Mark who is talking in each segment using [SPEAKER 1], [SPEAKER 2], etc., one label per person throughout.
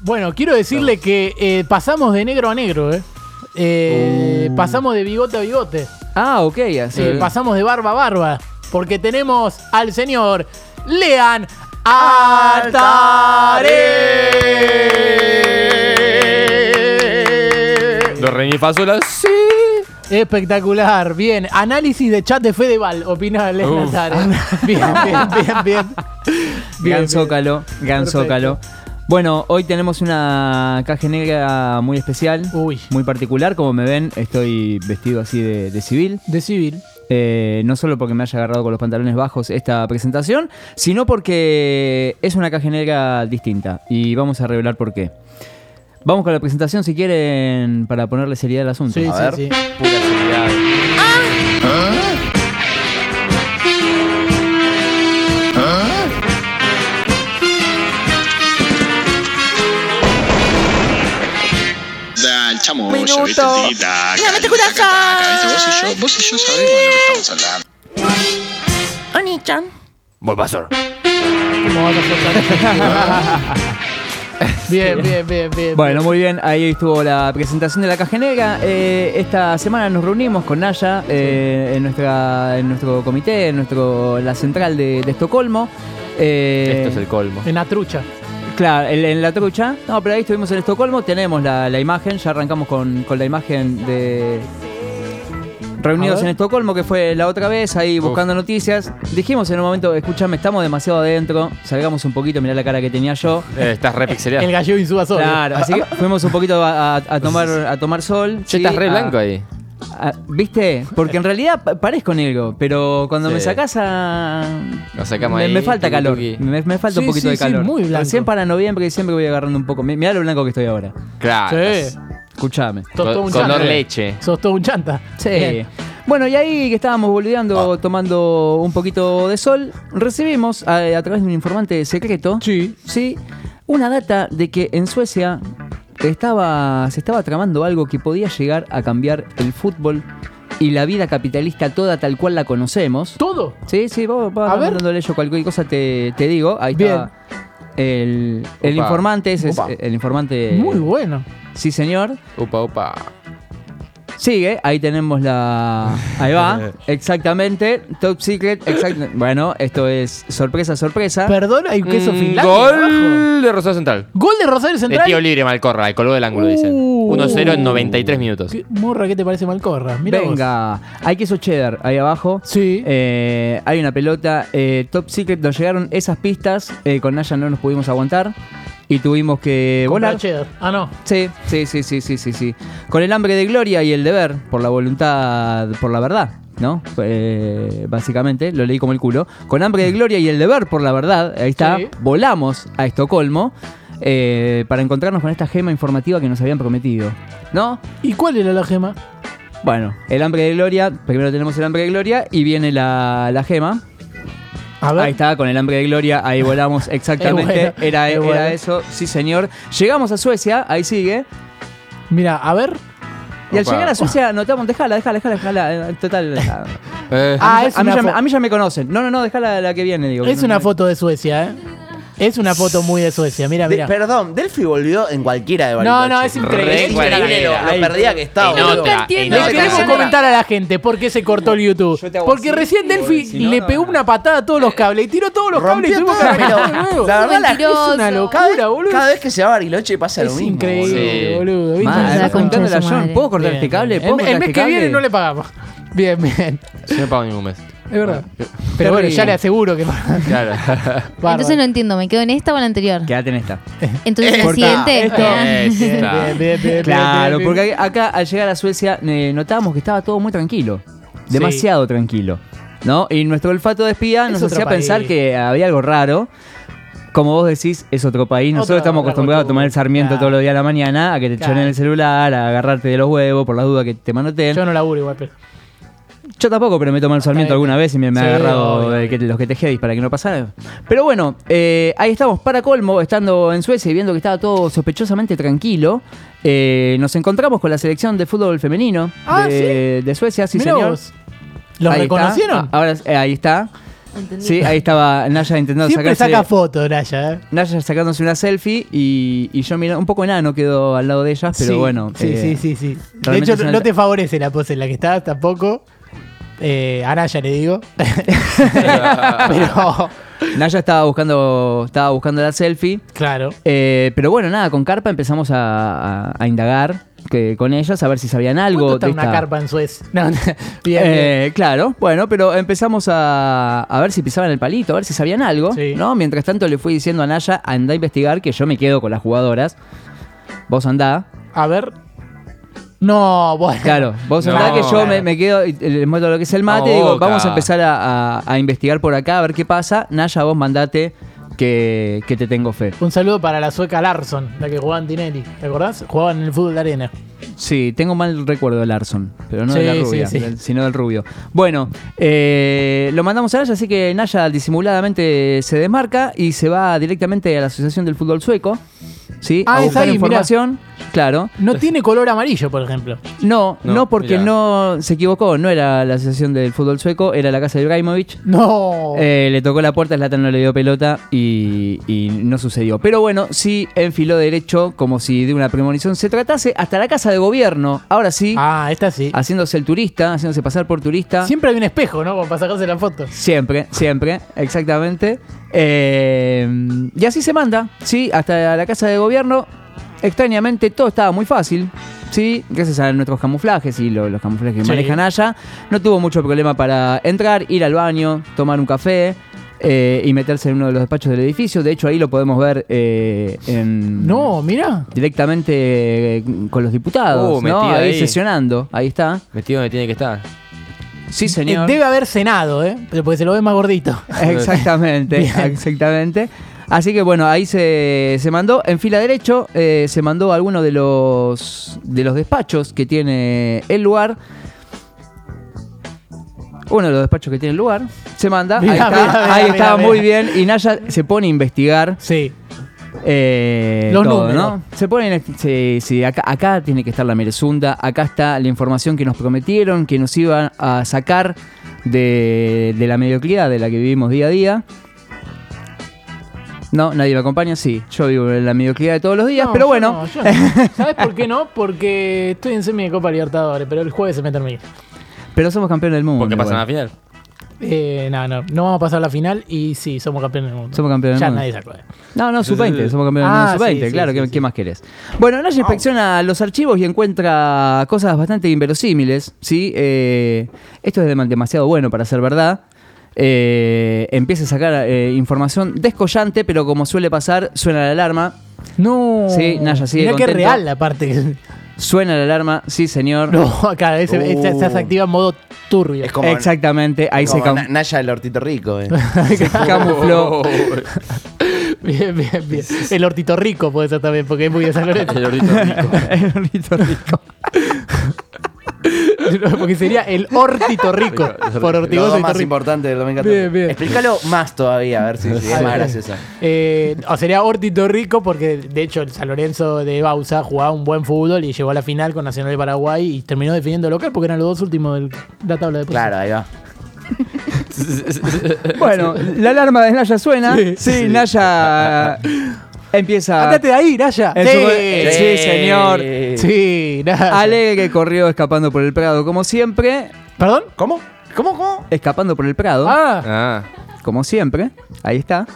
[SPEAKER 1] Bueno, quiero decirle que eh, pasamos de negro a negro, ¿eh? Eh,
[SPEAKER 2] Uh.
[SPEAKER 1] Pasamos de bigote a bigote.
[SPEAKER 2] Ah, ok, así.
[SPEAKER 1] Eh, pasamos de barba a barba. Porque tenemos al señor Lean Altare.
[SPEAKER 3] Do re mi fa sol la si.
[SPEAKER 1] Espectacular, bien. Análisis de chat de Fedeval, opina Lean
[SPEAKER 3] Uf.
[SPEAKER 1] Altare. Bien, bien, bien, bien. Bien,
[SPEAKER 2] Gran
[SPEAKER 1] bien.
[SPEAKER 2] Zócalo, Gran
[SPEAKER 1] Perfecto.
[SPEAKER 2] Zócalo. Bueno, hoy tenemos una caja negra muy especial,
[SPEAKER 1] Uy,
[SPEAKER 2] muy particular. Como me ven, estoy vestido así de, de civil.
[SPEAKER 1] de civil.
[SPEAKER 2] Eh, no solo porque me haya agarrado con los pantalones bajos esta presentación, sino porque es una caja negra distinta. Y vamos a revelar por qué. Vamos con la presentación, si quieren, para ponerle seriedad al asunto.
[SPEAKER 1] Sí,
[SPEAKER 3] A
[SPEAKER 1] sí,
[SPEAKER 3] ver,
[SPEAKER 1] sí.
[SPEAKER 3] pura seriedad.
[SPEAKER 4] Da, el chamoyo,
[SPEAKER 5] Minuto.
[SPEAKER 4] ¿viste? Sí, taca,
[SPEAKER 5] Mira, vete,
[SPEAKER 4] taca, taca, ¿viste? Vos y yo, vos y yo sabemos de lo que estamos hablando.
[SPEAKER 5] Oni-chan.
[SPEAKER 3] Voy pastor.
[SPEAKER 1] ¿Cómo vas a soltar? Bien, bien, bien, bien.
[SPEAKER 2] Bueno, muy bien, ahí estuvo la presentación de la caja negra. Eh, esta semana nos reunimos con Naya eh, en, nuestra, en nuestro comité, en nuestro, la central de, de Estocolmo. Eh,
[SPEAKER 3] Esto es el colmo.
[SPEAKER 1] En la trucha.
[SPEAKER 2] Claro, en, en la trucha. No, pero ahí estuvimos en Estocolmo, tenemos la, la imagen, ya arrancamos con, con la imagen de...
[SPEAKER 1] A
[SPEAKER 2] Reunidos
[SPEAKER 1] ver.
[SPEAKER 2] en Estocolmo, que fue la otra vez, ahí
[SPEAKER 3] Uf.
[SPEAKER 2] buscando noticias. Dijimos en un momento, escúchame, estamos demasiado adentro, salgamos un poquito, mirá la cara que tenía yo.
[SPEAKER 3] Eh, estás re
[SPEAKER 1] El
[SPEAKER 3] pixeleado.
[SPEAKER 1] gallego insuba solo.
[SPEAKER 2] Claro, así que fuimos un poquito a, a- a tomar, a tomar sol. sí,
[SPEAKER 3] Che, estás re
[SPEAKER 2] a-
[SPEAKER 3] blanco ahí.
[SPEAKER 2] a- ¿Viste? Porque en realidad pa- parezco negro, pero cuando me
[SPEAKER 3] Sí.
[SPEAKER 2] sacás a.
[SPEAKER 3] Nos sacamos
[SPEAKER 2] me,
[SPEAKER 3] ahí,
[SPEAKER 2] me falta
[SPEAKER 3] tuki,
[SPEAKER 2] calor.
[SPEAKER 3] tuki.
[SPEAKER 2] Me, me falta
[SPEAKER 1] Sí,
[SPEAKER 2] un poquito
[SPEAKER 1] sí,
[SPEAKER 2] de
[SPEAKER 1] sí,
[SPEAKER 2] calor.
[SPEAKER 1] muy blanco.
[SPEAKER 2] Recién para noviembre, siempre voy agarrando un poco. Mi- Mirá lo blanco que estoy ahora.
[SPEAKER 3] Claro.
[SPEAKER 1] Sí.
[SPEAKER 2] Escuchame.
[SPEAKER 1] Sos todo un
[SPEAKER 3] Color
[SPEAKER 1] chanta.
[SPEAKER 3] leche.
[SPEAKER 1] Sos todo un chanta.
[SPEAKER 2] Sí.
[SPEAKER 1] Bien.
[SPEAKER 2] Bueno, y ahí que estábamos boludeando,
[SPEAKER 1] Ah.
[SPEAKER 2] tomando un poquito de sol, recibimos a, a través de un informante secreto.
[SPEAKER 1] Sí.
[SPEAKER 2] Sí, una data de que en Suecia estaba, se estaba tramando algo que podía llegar a cambiar el fútbol y la vida capitalista toda tal cual la conocemos.
[SPEAKER 1] ¿Todo?
[SPEAKER 2] Sí, sí, vos, vos
[SPEAKER 1] A
[SPEAKER 2] andá
[SPEAKER 1] ver.
[SPEAKER 2] mandándole yo cualquier cosa te, te digo. Ahí está. El, el
[SPEAKER 3] Opa.
[SPEAKER 2] informante, ese es
[SPEAKER 3] Opa.
[SPEAKER 2] el informante.
[SPEAKER 1] Muy bueno.
[SPEAKER 2] Sí, señor.
[SPEAKER 3] Upa, upa.
[SPEAKER 2] Sigue, ahí tenemos la. Ahí va, exactamente. Top Secret, exact- Bueno, esto es sorpresa, sorpresa.
[SPEAKER 1] Perdón, hay un queso
[SPEAKER 3] Mm,
[SPEAKER 1] finlandés abajo.
[SPEAKER 3] Gol de Rosario Central.
[SPEAKER 1] Gol de Rosario
[SPEAKER 3] De
[SPEAKER 1] Central.
[SPEAKER 3] tiro libre Malcorra, el color del ángulo, dicen.
[SPEAKER 1] Uh.
[SPEAKER 3] 1-0 en 93 minutos.
[SPEAKER 1] ¿Qué morra, ¿qué te parece Malcorra? Mira
[SPEAKER 2] Venga, hay queso cheddar ahí abajo.
[SPEAKER 1] Sí.
[SPEAKER 2] Eh, hay una pelota. eh, Top Secret, nos llegaron esas pistas. eh, con Naya no nos pudimos aguantar. Y tuvimos que volar.
[SPEAKER 1] Ah, no.
[SPEAKER 2] Sí, sí, sí, sí, sí, sí, sí. Con el hambre de gloria y el deber, por la voluntad, por la verdad, ¿no? Eh, básicamente, lo leí como el culo. Con hambre de gloria y el deber por la verdad, ahí está,
[SPEAKER 1] Sí.
[SPEAKER 2] volamos a Estocolmo eh, para encontrarnos con esta gema informativa que nos habían prometido, ¿no?
[SPEAKER 1] ¿Y cuál era la gema?
[SPEAKER 2] Bueno, el hambre de gloria, primero tenemos el hambre de gloria y viene la, la gema.
[SPEAKER 1] A ver.
[SPEAKER 2] Ahí está, con el hambre de gloria, ahí volamos exactamente.
[SPEAKER 1] Es bueno,
[SPEAKER 2] era,
[SPEAKER 1] es
[SPEAKER 2] era
[SPEAKER 1] bueno.
[SPEAKER 2] eso, sí señor. Llegamos a Suecia, ahí sigue.
[SPEAKER 1] Mira, a ver.
[SPEAKER 2] Y al
[SPEAKER 3] Opa.
[SPEAKER 2] llegar a Suecia notamos, dejala, dejala, dejala, dejala. eh, Total. a-
[SPEAKER 3] Eh,
[SPEAKER 1] Ah, es
[SPEAKER 2] a, mí
[SPEAKER 1] una
[SPEAKER 2] ya me,
[SPEAKER 1] fo-
[SPEAKER 2] a mí ya me conocen. No, no, no, dejala la que viene, digo.
[SPEAKER 1] Es
[SPEAKER 2] No,
[SPEAKER 1] una
[SPEAKER 2] no.
[SPEAKER 1] foto de Suecia, ¿eh? Es una foto muy de Suecia. Mira,
[SPEAKER 6] De-
[SPEAKER 1] mira.
[SPEAKER 6] perdón, Delphi volvió en cualquiera de
[SPEAKER 1] No,
[SPEAKER 6] Bariloche.
[SPEAKER 1] no, es
[SPEAKER 3] Re
[SPEAKER 1] increíble. Es
[SPEAKER 3] cualquiera.
[SPEAKER 1] increíble.
[SPEAKER 6] increíble lo, lo perdida que estaba.
[SPEAKER 3] En
[SPEAKER 6] boludo.
[SPEAKER 3] otra,
[SPEAKER 5] entiendo.
[SPEAKER 3] en
[SPEAKER 1] Le
[SPEAKER 5] No,
[SPEAKER 3] otra.
[SPEAKER 1] queremos
[SPEAKER 5] no, no.
[SPEAKER 1] comentar a la gente por qué se cortó el YouTube.
[SPEAKER 2] Yo te hago
[SPEAKER 1] Porque
[SPEAKER 2] así,
[SPEAKER 1] recién
[SPEAKER 2] boludo,
[SPEAKER 1] Delphi
[SPEAKER 2] si no,
[SPEAKER 1] le
[SPEAKER 2] no, Eh,
[SPEAKER 1] pegó
[SPEAKER 2] no.
[SPEAKER 1] una patada a todos los cables y tiró todos los cables
[SPEAKER 6] Rompió
[SPEAKER 1] y tuvimos que
[SPEAKER 6] todo,
[SPEAKER 1] arrancar de
[SPEAKER 6] pero-
[SPEAKER 1] nuevo.
[SPEAKER 6] la verdad, la-
[SPEAKER 1] es una
[SPEAKER 5] Mentiroso.
[SPEAKER 1] locura, boludo.
[SPEAKER 6] Cada vez que se va a Bariloche pasa lo
[SPEAKER 1] es
[SPEAKER 6] mismo.
[SPEAKER 1] increíble,
[SPEAKER 3] boludo.
[SPEAKER 1] boludo. ¿viste?
[SPEAKER 2] Mal,
[SPEAKER 1] Es una
[SPEAKER 2] está
[SPEAKER 1] cosa-
[SPEAKER 2] contándole a
[SPEAKER 5] su
[SPEAKER 2] John,
[SPEAKER 5] madre.
[SPEAKER 2] ¿Puedo cortar este
[SPEAKER 1] Bien,
[SPEAKER 2] cable?
[SPEAKER 1] bien. El,
[SPEAKER 2] ¿Puedo cortar
[SPEAKER 1] el mes
[SPEAKER 2] este
[SPEAKER 1] que viene
[SPEAKER 2] cable?
[SPEAKER 1] no le pagamos. Bien, bien.
[SPEAKER 3] Yo no pago ningún mes.
[SPEAKER 1] Es verdad. Pero bueno, ya le aseguro que.
[SPEAKER 3] Claro.
[SPEAKER 5] Entonces no entiendo, ¿me quedo en esta o en la anterior?
[SPEAKER 2] Quédate en esta.
[SPEAKER 5] Entonces la
[SPEAKER 6] Corta.
[SPEAKER 5] siguiente.
[SPEAKER 1] Esto.
[SPEAKER 5] Ah.
[SPEAKER 3] Esta.
[SPEAKER 1] Bien, bien, bien,
[SPEAKER 2] Claro,
[SPEAKER 1] bien, bien.
[SPEAKER 2] porque acá al llegar a Suecia eh, notábamos que estaba todo muy tranquilo. Demasiado tranquilo. ¿No? Y nuestro olfato de espía
[SPEAKER 1] Es
[SPEAKER 2] nos
[SPEAKER 1] otro
[SPEAKER 2] hacía
[SPEAKER 1] país.
[SPEAKER 2] pensar que había algo raro. Como vos decís, es otro país.
[SPEAKER 1] Otra-
[SPEAKER 2] Nosotros estamos
[SPEAKER 1] otra
[SPEAKER 2] acostumbrados a tomar el
[SPEAKER 1] cultura.
[SPEAKER 2] sarmiento
[SPEAKER 1] Claro.
[SPEAKER 2] todos los días a la mañana, a que te
[SPEAKER 1] Claro.
[SPEAKER 2] chonen el celular, a agarrarte de los huevos por las dudas que te manoteen.
[SPEAKER 1] Yo
[SPEAKER 2] Yo,
[SPEAKER 1] no laburo igual, pero.
[SPEAKER 2] tampoco, pero me tomé el sarmiento
[SPEAKER 1] ahí.
[SPEAKER 2] alguna vez y me, me
[SPEAKER 1] Sí,
[SPEAKER 2] ha agarrado
[SPEAKER 1] obvio.
[SPEAKER 2] el que- los que te jedis para que no pasara. Pero bueno, eh, ahí estamos para colmo, estando en Suecia y viendo que estaba todo sospechosamente tranquilo. eh, nos encontramos con la selección de fútbol femenino
[SPEAKER 1] Ah,
[SPEAKER 2] de, de Suecia, sí
[SPEAKER 1] Mirá
[SPEAKER 2] señor.
[SPEAKER 1] vos. ¿Los
[SPEAKER 2] Ahí está.
[SPEAKER 1] reconocieron?
[SPEAKER 2] Ah, Ahora eh, ahí está.
[SPEAKER 5] ¿Entendés?
[SPEAKER 2] Sí, ahí estaba Naya intentando
[SPEAKER 1] Siempre
[SPEAKER 2] sacarse.
[SPEAKER 1] saca fotos, Naya. ¿eh?
[SPEAKER 2] Naya sacándose una selfie y, y yo mirando. Un poco enano quedó al lado de ellas, pero
[SPEAKER 1] Sí,
[SPEAKER 2] bueno.
[SPEAKER 1] Sí,
[SPEAKER 2] eh,
[SPEAKER 1] sí, sí, sí. De
[SPEAKER 2] realmente
[SPEAKER 1] hecho,
[SPEAKER 2] es una-
[SPEAKER 1] no te favorece la pose en la que estás tampoco. Eh, a Naya le digo. pero,
[SPEAKER 2] Naya estaba buscando, estaba buscando la selfie.
[SPEAKER 1] claro.
[SPEAKER 2] Eh, pero bueno, nada, con Carpa empezamos a, a- a indagar que, con ellas, a ver si sabían algo.
[SPEAKER 1] ¿Cuánto está
[SPEAKER 2] de
[SPEAKER 1] una
[SPEAKER 2] esta-
[SPEAKER 1] carpa en Suez? No, no, bien, bien.
[SPEAKER 2] Eh, claro, bueno, pero empezamos a, a ver si pisaban el palito, a ver si sabían algo,
[SPEAKER 1] Sí.
[SPEAKER 2] ¿no? Mientras tanto le fui diciendo a Naya, anda a investigar, que yo me quedo con las jugadoras. Vos andá.
[SPEAKER 1] A ver. No, bueno.
[SPEAKER 2] Claro, vos andá
[SPEAKER 3] No,
[SPEAKER 2] que yo
[SPEAKER 1] claro.
[SPEAKER 2] me, me quedo, y les muestro lo que es el mate,
[SPEAKER 3] No,
[SPEAKER 2] digo,
[SPEAKER 3] boca.
[SPEAKER 2] vamos a empezar a, a- a investigar por acá, a ver qué pasa. Naya, vos mandate que, que te tengo fe.
[SPEAKER 1] Un saludo para la sueca Larson, la que jugaba en Tinelli. ¿Te acordás? Jugaba en el fútbol de arena.
[SPEAKER 2] Sí, tengo mal recuerdo de Larson, pero no de
[SPEAKER 1] Sí,
[SPEAKER 2] la
[SPEAKER 1] sí,
[SPEAKER 2] rubia,
[SPEAKER 1] sí.
[SPEAKER 2] del- sino del rubio. Bueno, eh, lo mandamos a Naya, así que Naya disimuladamente se desmarca y se va directamente a la Asociación del Fútbol Sueco. ¿Sí?
[SPEAKER 1] Ah,
[SPEAKER 2] a
[SPEAKER 1] es
[SPEAKER 2] buscar
[SPEAKER 1] ahí, mirá.
[SPEAKER 2] información. Claro.
[SPEAKER 1] No tiene color amarillo, por ejemplo.
[SPEAKER 2] No, no,
[SPEAKER 3] No,
[SPEAKER 2] porque
[SPEAKER 3] mirá.
[SPEAKER 2] no se equivocó, no era la Asociación del Fútbol Sueco, era la casa de Ibrahimovic.
[SPEAKER 1] No.
[SPEAKER 2] Eh, le tocó la puerta, Zlatan no le dio pelota y, y no sucedió. Pero bueno, sí enfiló derecho como si de una premonición se tratase hasta la casa de gobierno. Ahora sí,
[SPEAKER 1] ah, esta sí.
[SPEAKER 2] haciéndose el turista, haciéndose pasar por turista.
[SPEAKER 1] Siempre hay un espejo, ¿no? Como Para sacarse la foto.
[SPEAKER 2] Siempre, siempre, exactamente. Eh, y así se manda, ¿sí? Hasta la casa de gobierno. Extrañamente todo estaba muy fácil, ¿sí? Gracias a nuestros camuflajes y lo- los camuflajes que
[SPEAKER 1] Sí.
[SPEAKER 2] manejan allá. No tuvo mucho problema para entrar, ir al baño, tomar un café. eh, y meterse en uno de los despachos del edificio. De hecho, ahí lo podemos ver eh, en,
[SPEAKER 1] No, mira.
[SPEAKER 2] directamente eh, con los diputados.
[SPEAKER 3] Uh,
[SPEAKER 2] ¿no?
[SPEAKER 3] metido
[SPEAKER 2] Ahí
[SPEAKER 3] ahí.
[SPEAKER 2] sesionando. Ahí está.
[SPEAKER 3] Metido donde tiene que estar.
[SPEAKER 2] Sí, señor.
[SPEAKER 1] Debe haber cenado, ¿eh? Pero porque se lo ve más gordito.
[SPEAKER 2] Exactamente,
[SPEAKER 1] Bien.
[SPEAKER 2] exactamente. Así que bueno, ahí se, se mandó, en fila derecho, eh, se mandó a alguno de los, de los despachos que tiene el lugar. Uno de los despachos que tiene el lugar. Se manda, ahí
[SPEAKER 1] Mirá,
[SPEAKER 2] está,
[SPEAKER 1] mirá,
[SPEAKER 2] ahí
[SPEAKER 1] mirá,
[SPEAKER 2] estaba
[SPEAKER 1] mirá,
[SPEAKER 2] muy
[SPEAKER 1] mirá.
[SPEAKER 2] bien. Y Naya se pone a investigar
[SPEAKER 1] Sí.
[SPEAKER 2] eh,
[SPEAKER 1] Los
[SPEAKER 2] todo,
[SPEAKER 1] números.
[SPEAKER 2] ¿no? Se ponen, este, sí, sí, acá, acá tiene que estar la merezunda, acá está la información que nos prometieron, que nos iban a sacar de, de la mediocridad de la que vivimos día a día. No, nadie me acompaña, sí, yo vivo en la mediocridad de todos los días,
[SPEAKER 1] No,
[SPEAKER 2] pero
[SPEAKER 1] yo
[SPEAKER 2] bueno.
[SPEAKER 1] no, yo no. ¿Sabes por qué no? Porque estoy en semi de Copa Libertadores, pero el jueves se me termina.
[SPEAKER 2] Pero somos campeones del mundo.
[SPEAKER 3] Porque pasan a la
[SPEAKER 2] igual.
[SPEAKER 3] final.
[SPEAKER 1] Eh, no, no, no vamos a pasar a la final y sí, somos campeones del mundo.
[SPEAKER 2] Somos campeones del
[SPEAKER 1] ya
[SPEAKER 2] mundo.
[SPEAKER 1] nadie se acuerda.
[SPEAKER 2] No, no, sub-20, somos campeones del
[SPEAKER 1] Ah,
[SPEAKER 2] mundo sub-20,
[SPEAKER 1] sí, sí,
[SPEAKER 2] claro,
[SPEAKER 1] sí,
[SPEAKER 2] ¿qué,
[SPEAKER 1] sí.
[SPEAKER 2] qué más querés? Bueno, Naya inspecciona los archivos y encuentra cosas bastante inverosímiles, ¿sí? Eh, esto es dem- demasiado bueno para ser verdad. Eh, empieza a sacar eh, información descollante, pero como suele pasar, suena la alarma.
[SPEAKER 1] No.
[SPEAKER 2] Sí, Naya sigue
[SPEAKER 1] Mirá
[SPEAKER 2] contento.
[SPEAKER 1] que real la parte.
[SPEAKER 2] Suena la alarma, sí, señor.
[SPEAKER 1] No, acá ese,
[SPEAKER 6] Uh.
[SPEAKER 1] esa- esa se activa en modo turbio.
[SPEAKER 6] Es como,
[SPEAKER 2] Exactamente, ahí se,
[SPEAKER 6] como
[SPEAKER 2] cam-
[SPEAKER 6] Na- Naya el Hortito Rico. eh.
[SPEAKER 2] se camufló.
[SPEAKER 1] Bien, bien, bien. El hortito rico puede ser también, porque es muy de San Lorenzo.
[SPEAKER 3] El gordito rico.
[SPEAKER 2] El hornito rico.
[SPEAKER 1] porque sería el hortito rico. por
[SPEAKER 6] Lo
[SPEAKER 1] hortigoso
[SPEAKER 6] dos
[SPEAKER 1] y
[SPEAKER 6] más
[SPEAKER 1] rico.
[SPEAKER 6] importante del 2014.
[SPEAKER 1] Bien, bien.
[SPEAKER 6] Explícalo más todavía, a ver si, si es más graciosa.
[SPEAKER 1] Eh, o sería Hortito Rico, porque de hecho el San Lorenzo de Bausa jugaba un buen fútbol y llegó a la final con Nacional de Paraguay y terminó definiendo local porque eran los dos últimos de la tabla de posiciones.
[SPEAKER 6] Claro, ahí va.
[SPEAKER 2] Bueno, la alarma de Naya suena. Sí, Naya empieza.
[SPEAKER 1] Ah. Andate de ahí, Naya.
[SPEAKER 2] En
[SPEAKER 1] sí,
[SPEAKER 2] su- eh, sí, señor.
[SPEAKER 1] sí, Naya.
[SPEAKER 2] Ale que corrió escapando por el Prado, como siempre.
[SPEAKER 1] ¿Perdón?
[SPEAKER 6] ¿Cómo? ¿Cómo, cómo?
[SPEAKER 2] Escapando por el Prado,
[SPEAKER 1] Ah,
[SPEAKER 3] Ah.
[SPEAKER 2] como siempre. Ahí está.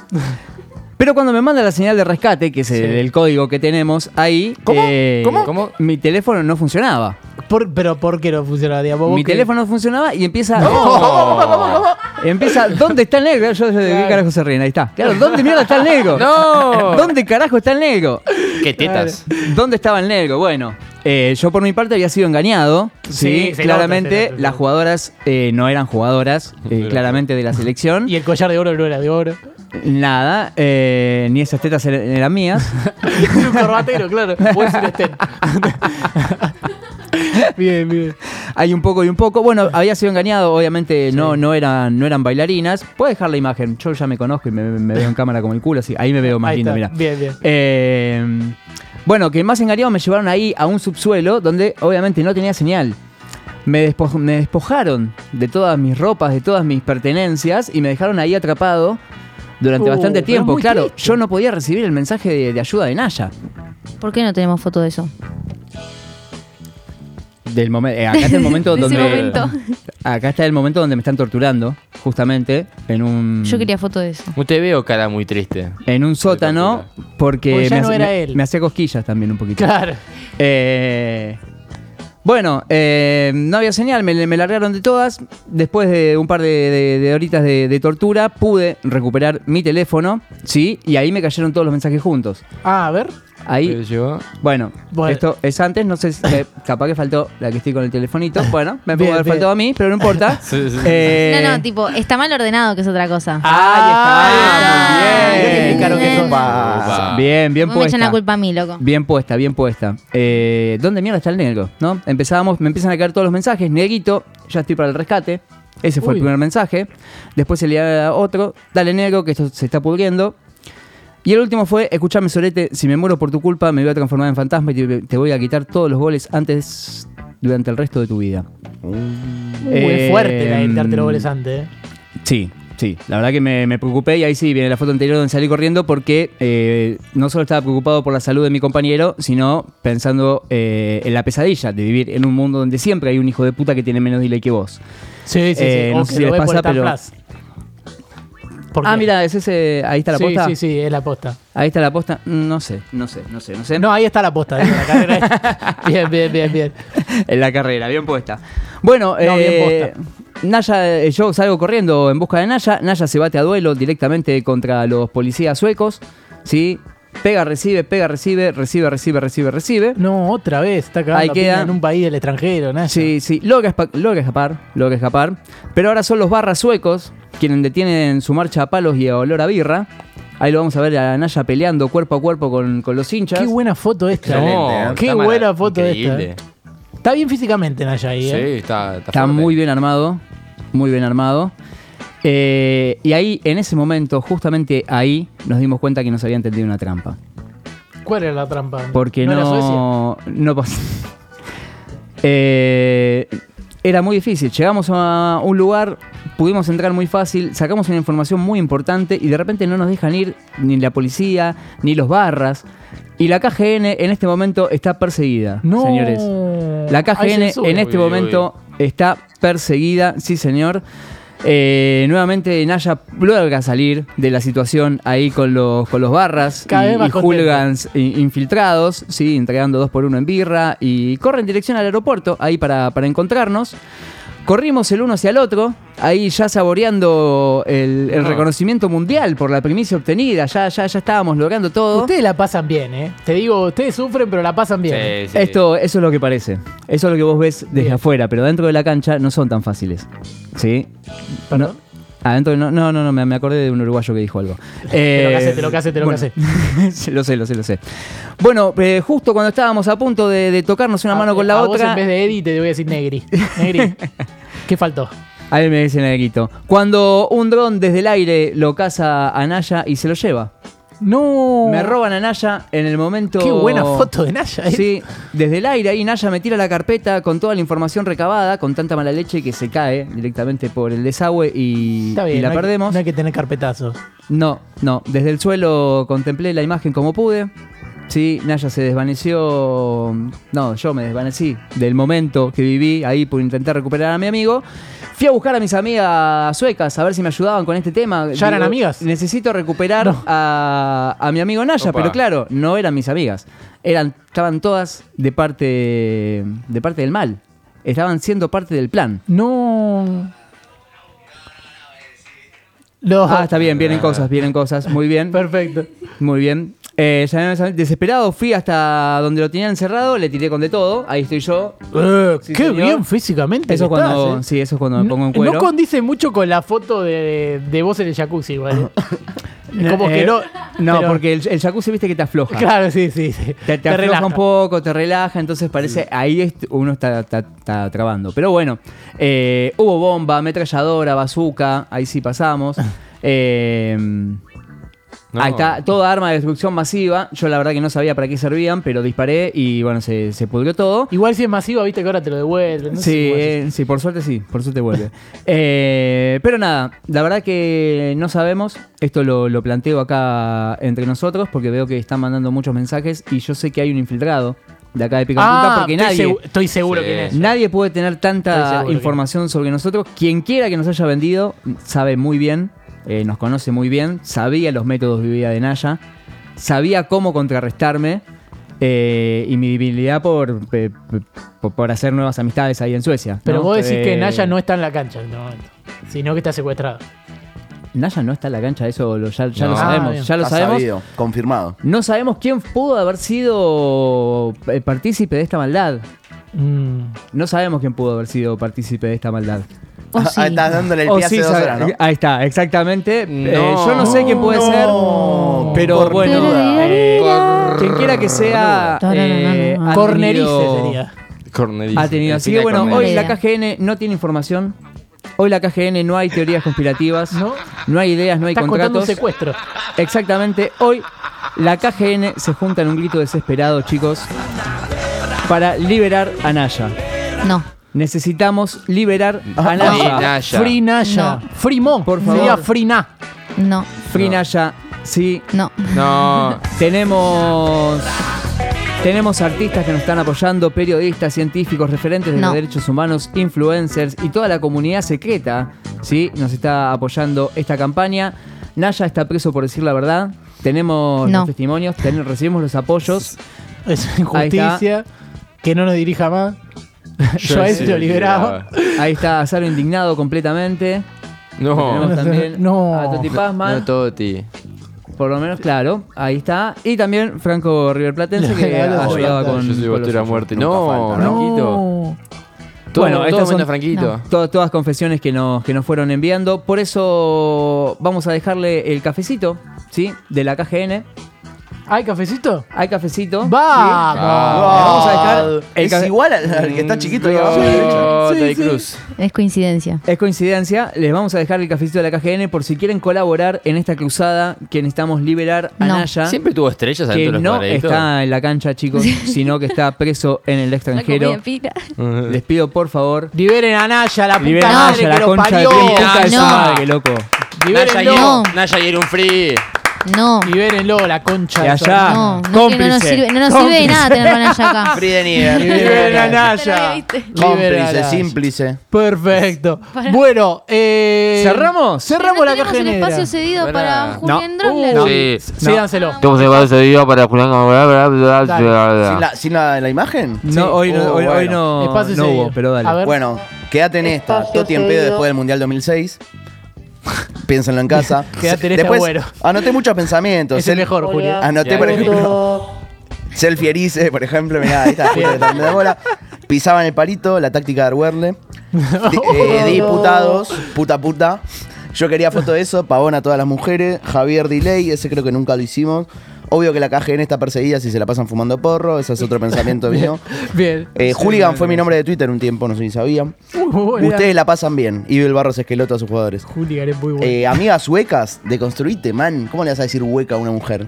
[SPEAKER 2] Pero cuando me manda la señal de rescate, que es el, el código que tenemos ahí, eh,
[SPEAKER 6] ¿Cómo? ¿Cómo?
[SPEAKER 3] ¿Cómo?
[SPEAKER 2] mi teléfono no funcionaba.
[SPEAKER 1] por- pero ¿por qué no funcionaba? Digamos, vos
[SPEAKER 2] Mi
[SPEAKER 1] que-
[SPEAKER 2] teléfono no funcionaba y empieza.
[SPEAKER 3] ¿Cómo, cómo, cómo, cómo?
[SPEAKER 2] Empieza, ¿dónde está el negro? Yo, yo- ¿Qué
[SPEAKER 1] Claro.
[SPEAKER 2] carajo se ríen? Ahí está. Claro, ¿dónde mierda está el negro?
[SPEAKER 3] ¡No!
[SPEAKER 2] ¿Dónde carajo está el negro?
[SPEAKER 3] ¡Qué tetas!
[SPEAKER 2] ¿Dónde estaba el negro? Bueno, eh, yo por mi parte había sido engañado. Sí,
[SPEAKER 1] Sí, se nota,
[SPEAKER 2] claramente
[SPEAKER 1] se nota, se
[SPEAKER 2] las
[SPEAKER 1] nota.
[SPEAKER 2] jugadoras eh, no eran jugadoras, eh, claramente de la selección.
[SPEAKER 1] Y el collar de oro no era de oro.
[SPEAKER 2] Nada, eh, ni esas tetas er- eran mías.
[SPEAKER 1] Era un corbatero, claro. O es un estén. bien, bien.
[SPEAKER 2] Hay un poco y un poco. Bueno, había sido engañado, obviamente no, no, eran, no eran bailarinas. Puedo dejar la imagen, yo ya me conozco y me, me veo en cámara como el culo, así. Ahí me veo más
[SPEAKER 1] Ahí
[SPEAKER 2] lindo,
[SPEAKER 1] está.
[SPEAKER 2] mira.
[SPEAKER 1] Bien, bien.
[SPEAKER 2] Eh, bueno, que más engañado me llevaron ahí a un subsuelo donde obviamente no tenía señal. Me, despo- me despojaron de todas mis ropas, de todas mis pertenencias y me dejaron ahí atrapado durante
[SPEAKER 1] Uh,
[SPEAKER 2] bastante
[SPEAKER 1] pero es
[SPEAKER 2] tiempo.
[SPEAKER 1] muy
[SPEAKER 2] Claro,
[SPEAKER 1] triste.
[SPEAKER 2] yo no podía recibir el mensaje de, de ayuda de Naya.
[SPEAKER 5] ¿Por qué no tenemos foto de eso?
[SPEAKER 2] Del momento, acá está el momento
[SPEAKER 5] De ese
[SPEAKER 2] donde.
[SPEAKER 5] momento.
[SPEAKER 2] Acá está el momento donde me están torturando, justamente, en un.
[SPEAKER 5] Yo quería foto de eso.
[SPEAKER 3] No te veo cara muy triste.
[SPEAKER 2] En un sótano, porque,
[SPEAKER 1] Porque Pues ya
[SPEAKER 2] me,
[SPEAKER 1] no
[SPEAKER 2] hace-
[SPEAKER 1] era
[SPEAKER 2] me-
[SPEAKER 1] él.
[SPEAKER 2] me hacía cosquillas también un poquito.
[SPEAKER 1] Claro.
[SPEAKER 2] Eh, bueno, eh, no había señal, me, me largaron de todas. Después de un par de, de- de horitas de, de tortura, pude recuperar mi teléfono, ¿sí? Y ahí me cayeron todos los mensajes juntos.
[SPEAKER 1] Ah, a ver.
[SPEAKER 3] Pero
[SPEAKER 2] Ahí,
[SPEAKER 3] yo-
[SPEAKER 2] bueno,
[SPEAKER 1] Bueno.
[SPEAKER 2] esto es antes, no sé, si- eh, capaz que faltó la que estoy con el telefonito. Bueno, me pudo
[SPEAKER 1] Bien,
[SPEAKER 2] haber
[SPEAKER 1] bien.
[SPEAKER 2] faltado a mí, pero no importa.
[SPEAKER 3] Sí, sí, sí.
[SPEAKER 2] Eh,
[SPEAKER 5] No, no, tipo, está mal ordenado, que es otra cosa.
[SPEAKER 1] Ah,
[SPEAKER 2] Ah, ahí está,
[SPEAKER 5] Ah,
[SPEAKER 2] muy bien.
[SPEAKER 5] ya te explicaron que eso
[SPEAKER 3] pasa.
[SPEAKER 2] Bien, bien
[SPEAKER 5] Vos me echan la
[SPEAKER 2] puesta.
[SPEAKER 5] culpa a mí, loco.
[SPEAKER 2] Bien puesta, bien puesta. Eh, ¿Dónde mierda está el negro? ¿No? Empezábamos, me empiezan a caer todos los mensajes. Negrito, ya estoy para el rescate. Ese fue
[SPEAKER 1] Uy.
[SPEAKER 2] el primer mensaje. Después se leía otro. Dale negro, que esto se está pudriendo. Y el último fue, escuchame Solete, si me muero por tu culpa me voy a transformar en fantasma y te, te voy a quitar todos los goles antes, durante el resto de tu vida.
[SPEAKER 1] Uh, es fuerte la de
[SPEAKER 2] Em,
[SPEAKER 1] darte los goles antes. eh.
[SPEAKER 2] Sí, sí. La verdad que me, me preocupé y ahí sí viene la foto anterior donde salí corriendo porque eh, no solo estaba preocupado por la salud de mi compañero, sino pensando eh, en la pesadilla de vivir en un mundo donde siempre hay un hijo de puta que tiene menos delay que vos.
[SPEAKER 1] Sí, sí, sí.
[SPEAKER 2] eh,
[SPEAKER 1] o
[SPEAKER 2] no
[SPEAKER 1] que
[SPEAKER 2] sé si
[SPEAKER 1] lo
[SPEAKER 2] les
[SPEAKER 1] ves por
[SPEAKER 2] pasa,
[SPEAKER 1] Star
[SPEAKER 2] pero-
[SPEAKER 1] Plus. ¿Por
[SPEAKER 2] Ah,
[SPEAKER 1] qué?
[SPEAKER 2] mira, es ese, ahí está la
[SPEAKER 1] sí,
[SPEAKER 2] posta.
[SPEAKER 1] Sí, sí, es la posta.
[SPEAKER 2] Ahí está la posta. Mm, No sé, no sé, no sé, Eh, no sé.
[SPEAKER 1] No, ahí está la posta. digo, la carrera. bien, bien, bien, bien.
[SPEAKER 2] en la carrera, bien puesta. Bueno,
[SPEAKER 1] No, bien
[SPEAKER 2] eh, Naya, eh, yo salgo corriendo en busca de Naya. Naya se bate a duelo directamente contra los policías suecos, ¿sí? Pega, recibe, pega, recibe, recibe, recibe, recibe, recibe.
[SPEAKER 1] No, otra vez. Está cagando
[SPEAKER 2] Ahí
[SPEAKER 1] a piña
[SPEAKER 2] queda.
[SPEAKER 1] en un país del extranjero, Naya.
[SPEAKER 2] Sí, sí, logra, espa- logra escapar, logra escapar. Pero ahora son los barras suecos quienes detienen su marcha a palos y a olor a birra. Ahí lo vamos a ver a Naya peleando cuerpo a cuerpo con, con los hinchas.
[SPEAKER 1] Qué buena foto esta. ¿eh?
[SPEAKER 3] No,
[SPEAKER 1] Qué
[SPEAKER 3] está
[SPEAKER 1] buena
[SPEAKER 3] mara-
[SPEAKER 1] foto
[SPEAKER 3] ¿eh? increíble.
[SPEAKER 1] esta. ¿eh? Está bien físicamente Naya ahí,
[SPEAKER 3] Sí,
[SPEAKER 1] ¿eh?
[SPEAKER 3] está,
[SPEAKER 2] Está
[SPEAKER 3] fuerte.
[SPEAKER 2] muy bien armado, muy bien armado. Eh, y ahí, en ese momento, justamente ahí, nos dimos cuenta que nos habían tendido una trampa.
[SPEAKER 1] ¿Cuál era la trampa?
[SPEAKER 2] Porque
[SPEAKER 1] era Suecia?
[SPEAKER 2] no. No pas- Eh, era muy difícil. Llegamos a un lugar, pudimos entrar muy fácil, sacamos una información muy importante y de repente no nos dejan ir ni la policía, ni los barras. Y la KGN en este momento está perseguida,
[SPEAKER 1] No.
[SPEAKER 2] señores. La
[SPEAKER 1] Hay
[SPEAKER 2] KGN
[SPEAKER 1] censura.
[SPEAKER 2] en este
[SPEAKER 3] Uy, uy,
[SPEAKER 2] momento está perseguida, sí señor. Eh, nuevamente Naya logra salir de la situación ahí con los, con los barras
[SPEAKER 1] Cada
[SPEAKER 2] y,
[SPEAKER 1] vez más
[SPEAKER 2] y hooligans i- infiltrados, sí, entregando dos por uno en birra y corre en dirección al aeropuerto ahí para, para encontrarnos. Corrimos el uno hacia el otro, ahí ya saboreando el, el
[SPEAKER 3] Ah.
[SPEAKER 2] reconocimiento mundial por la primicia obtenida, ya, ya, ya estábamos logrando todo.
[SPEAKER 1] Ustedes la pasan bien, ¿eh? Te digo, ustedes sufren, pero la pasan bien.
[SPEAKER 3] Sí, sí.
[SPEAKER 2] Esto, eso es lo que parece. Eso es lo que vos ves desde
[SPEAKER 1] Bien.
[SPEAKER 2] afuera, pero dentro de la cancha no son tan fáciles. ¿Sí?
[SPEAKER 1] ¿Perdón?
[SPEAKER 2] Adentro no, no, no, no, me me acordé de un uruguayo que dijo algo.
[SPEAKER 1] Te lo
[SPEAKER 2] Eh,
[SPEAKER 1] casé, te lo casé, te lo
[SPEAKER 2] bueno.
[SPEAKER 1] casé.
[SPEAKER 2] Sí, lo sé, lo sé, lo sé. Bueno, eh, justo cuando estábamos a punto de, de tocarnos una
[SPEAKER 1] A-
[SPEAKER 2] mano con la
[SPEAKER 1] Ah, a vos
[SPEAKER 2] otra,
[SPEAKER 1] en vez de Eddie te voy a decir Negri. Negri. ¿Qué faltó?
[SPEAKER 2] ahí me dicen el grito. Cuando un dron desde el aire lo caza a Naya y se lo lleva.
[SPEAKER 1] No.
[SPEAKER 2] Me roban a Naya en el momento.
[SPEAKER 1] Qué buena foto de Naya. ¿eh?
[SPEAKER 2] Sí, desde el aire ahí Naya me tira la carpeta con toda la información recabada, con tanta mala leche que se cae directamente por el desagüe y,
[SPEAKER 1] Está bien.
[SPEAKER 2] y la
[SPEAKER 1] no hay-
[SPEAKER 2] perdemos.
[SPEAKER 1] no hay que tener carpetazo.
[SPEAKER 2] No, no, desde el suelo contemplé la imagen como pude. Sí, Naya se desvaneció. No, yo me desvanecí del momento que viví ahí por intentar recuperar a mi amigo. Fui a buscar a mis amigas suecas a ver si me ayudaban con este tema.
[SPEAKER 1] ¿Ya eran amigas?
[SPEAKER 2] Necesito recuperar
[SPEAKER 1] No.
[SPEAKER 2] a, a mi amigo Naya,
[SPEAKER 3] Opa.
[SPEAKER 2] pero claro, no eran mis amigas. Eran, estaban todas de parte, de parte del mal. Estaban siendo parte del plan.
[SPEAKER 1] No. No.
[SPEAKER 2] Ah, está bien, vienen cosas, vienen cosas. Muy bien.
[SPEAKER 1] Perfecto.
[SPEAKER 2] Muy bien. Eh, llamé a mis amigos. desesperado fui hasta donde lo tenía encerrado, le tiré con de todo. Ahí estoy yo.
[SPEAKER 1] Eh,
[SPEAKER 2] Sí,
[SPEAKER 1] qué
[SPEAKER 2] señor.
[SPEAKER 1] bien físicamente.
[SPEAKER 2] Eso es
[SPEAKER 1] que
[SPEAKER 2] cuando,
[SPEAKER 1] estás, ¿eh?
[SPEAKER 2] sí, eso es cuando me
[SPEAKER 1] No-
[SPEAKER 2] pongo en
[SPEAKER 1] no,
[SPEAKER 2] cuero.
[SPEAKER 1] condice mucho con la foto de, de vos en el jacuzzi, igual. ¿eh? Como
[SPEAKER 2] Eh,
[SPEAKER 1] que no.
[SPEAKER 2] No,
[SPEAKER 1] pero-
[SPEAKER 2] porque el, el jacuzzi viste que te afloja.
[SPEAKER 1] Claro, sí, sí. sí.
[SPEAKER 2] Te, te, afloja un poco, te relaja, entonces parece ahí est- uno está, está- está trabando. Pero bueno, eh, hubo bomba, ametralladora, bazooka, ahí sí pasamos. Eh,
[SPEAKER 3] No.
[SPEAKER 2] Ahí está, toda arma de destrucción masiva. Yo la verdad que no sabía para qué servían, pero disparé y bueno, se, se pudrió todo.
[SPEAKER 1] Igual si es masivo, viste que ahora te lo devuelven. no sé
[SPEAKER 2] sí,
[SPEAKER 1] cómo haces.
[SPEAKER 2] eh, sí, por suerte sí, por suerte vuelve. Eh, pero nada, la verdad que no sabemos. Esto lo, lo planteo acá entre nosotros porque veo que están mandando muchos mensajes y yo sé que hay un infiltrado de acá de Pica en Punta
[SPEAKER 1] Ah,
[SPEAKER 2] porque
[SPEAKER 1] estoy,
[SPEAKER 2] nadie.
[SPEAKER 1] segu- estoy seguro
[SPEAKER 3] Sí.
[SPEAKER 1] quién es.
[SPEAKER 2] Nadie puede tener
[SPEAKER 1] Estoy
[SPEAKER 2] tanta
[SPEAKER 1] seguro que
[SPEAKER 2] información sobre nosotros. Quien quiera que nos haya vendido sabe muy bien, eh, nos conoce muy bien, sabía los métodos de vida de Naya, sabía cómo contrarrestarme eh, y mi debilidad por, pe- pe- por, por hacer nuevas amistades ahí en Suecia.
[SPEAKER 1] Pero
[SPEAKER 2] ¿no?
[SPEAKER 1] vos decís que
[SPEAKER 2] Eh,
[SPEAKER 1] Naya no está en la cancha en este momento, sino que está secuestrado.
[SPEAKER 2] Naya no está en la cancha, eso lo- ya, ya
[SPEAKER 3] No.
[SPEAKER 2] lo
[SPEAKER 3] Ah,
[SPEAKER 2] sabemos.
[SPEAKER 1] bien.
[SPEAKER 2] ya lo
[SPEAKER 6] Está
[SPEAKER 2] sabemos.
[SPEAKER 6] sabido, confirmado.
[SPEAKER 2] No sabemos quién pudo haber sido eh, partícipe de esta maldad.
[SPEAKER 1] Mm.
[SPEAKER 2] No sabemos quién pudo haber sido partícipe de esta maldad.
[SPEAKER 5] O Oh, sí.
[SPEAKER 6] Ah, estás dándole el
[SPEAKER 2] Oh,
[SPEAKER 6] pie hace
[SPEAKER 2] sí,
[SPEAKER 6] dos
[SPEAKER 2] sabe-
[SPEAKER 6] horas, ¿no?
[SPEAKER 2] Ahí está, exactamente. Eh,
[SPEAKER 3] No.
[SPEAKER 2] yo no sé quién puede
[SPEAKER 6] No,
[SPEAKER 2] ser, pero
[SPEAKER 6] cornuda.
[SPEAKER 2] bueno, eh,
[SPEAKER 3] Cor-
[SPEAKER 2] quien quiera que sea,
[SPEAKER 5] Cornuda.
[SPEAKER 2] eh,
[SPEAKER 5] No, no, no, no.
[SPEAKER 2] ha
[SPEAKER 1] Cornerice
[SPEAKER 2] tenido-
[SPEAKER 1] sería.
[SPEAKER 3] Cornelice.
[SPEAKER 2] Ha tenido. Así
[SPEAKER 3] Encina
[SPEAKER 2] que bueno, hoy
[SPEAKER 3] Cornelice.
[SPEAKER 2] la KGN no tiene información. Hoy la KGN no hay teorías conspirativas,
[SPEAKER 1] ¿No? Ah,
[SPEAKER 2] no, hay ideas, no hay
[SPEAKER 1] Estás contando un
[SPEAKER 2] contratos.
[SPEAKER 1] secuestro.
[SPEAKER 2] Exactamente, hoy la KGN se junta en un grito desesperado, chicos, para liberar a Naya.
[SPEAKER 5] No.
[SPEAKER 2] Necesitamos liberar a
[SPEAKER 6] Ah,
[SPEAKER 3] Free
[SPEAKER 2] Naya.
[SPEAKER 3] Naya.
[SPEAKER 1] Free Naya.
[SPEAKER 5] No.
[SPEAKER 1] Free Mo.
[SPEAKER 2] Por
[SPEAKER 1] Sería
[SPEAKER 2] favor.
[SPEAKER 1] Free Na.
[SPEAKER 5] No.
[SPEAKER 2] Free
[SPEAKER 3] No.
[SPEAKER 2] Naya, sí,
[SPEAKER 5] No.
[SPEAKER 3] No.
[SPEAKER 2] Tenemos. Tenemos artistas que nos están apoyando, periodistas, científicos, referentes de
[SPEAKER 5] No.
[SPEAKER 2] los derechos humanos, influencers y toda la comunidad secreta, ¿sí? Nos está apoyando esta campaña. Naya está preso por decir la verdad. Tenemos
[SPEAKER 5] No.
[SPEAKER 2] los testimonios, ten- recibimos los apoyos.
[SPEAKER 1] Es una injusticia. Que no nos dirija más. Yo a este
[SPEAKER 3] Joyce
[SPEAKER 1] él te liberaba.
[SPEAKER 2] Ahí está Azaro indignado completamente.
[SPEAKER 3] No.
[SPEAKER 2] Tenemos también
[SPEAKER 1] No.
[SPEAKER 2] a Toti Pazman,
[SPEAKER 3] Oh. No, Toti.
[SPEAKER 2] por lo menos, claro. Ahí está. Y también Franco River Platense, que
[SPEAKER 1] Claro.
[SPEAKER 2] ayudaba con.
[SPEAKER 3] Yo
[SPEAKER 2] con
[SPEAKER 3] soy
[SPEAKER 2] los
[SPEAKER 3] botero a
[SPEAKER 2] suyos.
[SPEAKER 3] muerte.
[SPEAKER 6] Nunca
[SPEAKER 3] No,
[SPEAKER 6] falta,
[SPEAKER 3] Franquito.
[SPEAKER 1] No.
[SPEAKER 3] Todo-
[SPEAKER 2] Bueno,
[SPEAKER 3] todo
[SPEAKER 2] estas son-
[SPEAKER 3] menos Franquito.
[SPEAKER 2] To- todas confesiones que nos, que nos fueron enviando. Por eso vamos a dejarle el cafecito, ¿sí? De la KGN.
[SPEAKER 1] ¿Hay cafecito?
[SPEAKER 2] Hay cafecito. ¿sí?
[SPEAKER 1] ¡Vamos!
[SPEAKER 2] Le Ah, vamos a dejar el Mm,
[SPEAKER 6] es
[SPEAKER 2] ca-
[SPEAKER 6] igual al, al que está chiquito ahí abajo a la derecha.
[SPEAKER 3] No,
[SPEAKER 1] Sí,
[SPEAKER 3] Tati
[SPEAKER 1] sí.
[SPEAKER 3] Cruz.
[SPEAKER 5] Es coincidencia.
[SPEAKER 2] Es coincidencia, les vamos a dejar el cafecito de la KGN por si quieren colaborar en esta cruzada que necesitamos liberar a
[SPEAKER 5] No.
[SPEAKER 2] Naya.
[SPEAKER 3] Siempre tuvo estrellas
[SPEAKER 2] ¿Ah? Que
[SPEAKER 3] adentro de los
[SPEAKER 2] no
[SPEAKER 3] cuadraditos.
[SPEAKER 2] está en la cancha, chicos, sino que está preso en el extranjero. Les pido, por favor,
[SPEAKER 1] Liberen a Naya, la puta
[SPEAKER 2] liberen a
[SPEAKER 1] madre
[SPEAKER 2] Naya,
[SPEAKER 1] que
[SPEAKER 2] la
[SPEAKER 1] lo
[SPEAKER 2] concha de
[SPEAKER 1] parió.
[SPEAKER 2] tu puta de su
[SPEAKER 5] No.
[SPEAKER 2] madre, loco.
[SPEAKER 3] Naya
[SPEAKER 1] Libérenlo.
[SPEAKER 5] No.
[SPEAKER 3] Ayer- Naya ayer un free.
[SPEAKER 5] No.
[SPEAKER 1] Libérenlo, la concha
[SPEAKER 2] Y
[SPEAKER 1] de su
[SPEAKER 2] allá.
[SPEAKER 1] hermana.
[SPEAKER 5] No, no, que
[SPEAKER 2] cómplice.
[SPEAKER 5] no nos sirve, no nos sirve de nada tener con Naya acá.
[SPEAKER 6] Free de Nier.
[SPEAKER 1] Liberen a
[SPEAKER 5] Pero lo
[SPEAKER 1] Naya.
[SPEAKER 5] viste.
[SPEAKER 1] Liberen a
[SPEAKER 6] Cómplice,
[SPEAKER 1] Naya.
[SPEAKER 6] símplice.
[SPEAKER 1] Perfecto. Bueno, eh,
[SPEAKER 2] ¿Cerramos?
[SPEAKER 1] Cerramos
[SPEAKER 5] no
[SPEAKER 1] la
[SPEAKER 5] tenemos
[SPEAKER 1] caja
[SPEAKER 5] el espacio
[SPEAKER 1] negra.
[SPEAKER 5] cedido
[SPEAKER 3] Bueno.
[SPEAKER 5] para Julián
[SPEAKER 2] No.
[SPEAKER 5] Droller.
[SPEAKER 1] Uh,
[SPEAKER 3] Sí.
[SPEAKER 1] Sí, dánselo.
[SPEAKER 7] Estamos en base de día para Julián
[SPEAKER 3] Ah.
[SPEAKER 6] ¿Sin la, sin la, la imagen?
[SPEAKER 2] No, hoy, no,
[SPEAKER 6] Oh,
[SPEAKER 2] hoy, hoy
[SPEAKER 6] bueno.
[SPEAKER 2] no,
[SPEAKER 1] Espacio
[SPEAKER 2] no
[SPEAKER 1] cedido.
[SPEAKER 2] hubo, pero dale.
[SPEAKER 1] A ver.
[SPEAKER 6] Bueno, quédate en esta.
[SPEAKER 8] Espacio
[SPEAKER 6] Toti en pedo
[SPEAKER 8] cedido.
[SPEAKER 6] después del Mundial 2006. Piénsenlo en casa.
[SPEAKER 1] Quédate
[SPEAKER 2] este
[SPEAKER 1] en esta,
[SPEAKER 6] Después,
[SPEAKER 1] güero.
[SPEAKER 6] Anoté muchos pensamientos.
[SPEAKER 1] es el
[SPEAKER 6] Sel-
[SPEAKER 1] mejor, Julio.
[SPEAKER 6] Anoté, por ejemplo, selfie erice, por ejemplo. Mirá, ahí está, justo que está dando bola. Pisaban el palito, la táctica de Arwerle. Di- eh, diputados, puta puta. Yo quería foto de eso, pavón a todas las mujeres. Javier Delay, ese creo que nunca lo hicimos. Obvio que la KGN está perseguida si se la pasan fumando porro, ese es otro pensamiento mío.
[SPEAKER 1] Bien.
[SPEAKER 6] Eh, Hooligan fue mi nombre de Twitter un tiempo, no sé si sabían.
[SPEAKER 1] Uy, muy buena.
[SPEAKER 6] Ustedes la pasan bien. Y el Barros Esqueloto a sus jugadores.
[SPEAKER 1] Hooligan es muy bueno.
[SPEAKER 6] Eh, amigas huecas, deconstruite, man. ¿Cómo le vas a decir hueca a una mujer?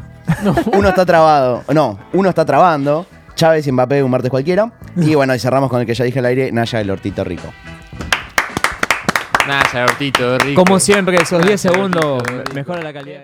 [SPEAKER 6] Uno está trabado. No, uno está trabando. Chávez y Mbappé un martes cualquiera. Y bueno, y cerramos con el que ya dije al aire, Naya el Hortito Rico.
[SPEAKER 3] Naya, Hortito, rico.
[SPEAKER 2] Como siempre, esos 10
[SPEAKER 3] Gracias,
[SPEAKER 2] segundos
[SPEAKER 3] Rodrigo.
[SPEAKER 2] mejora la calidad.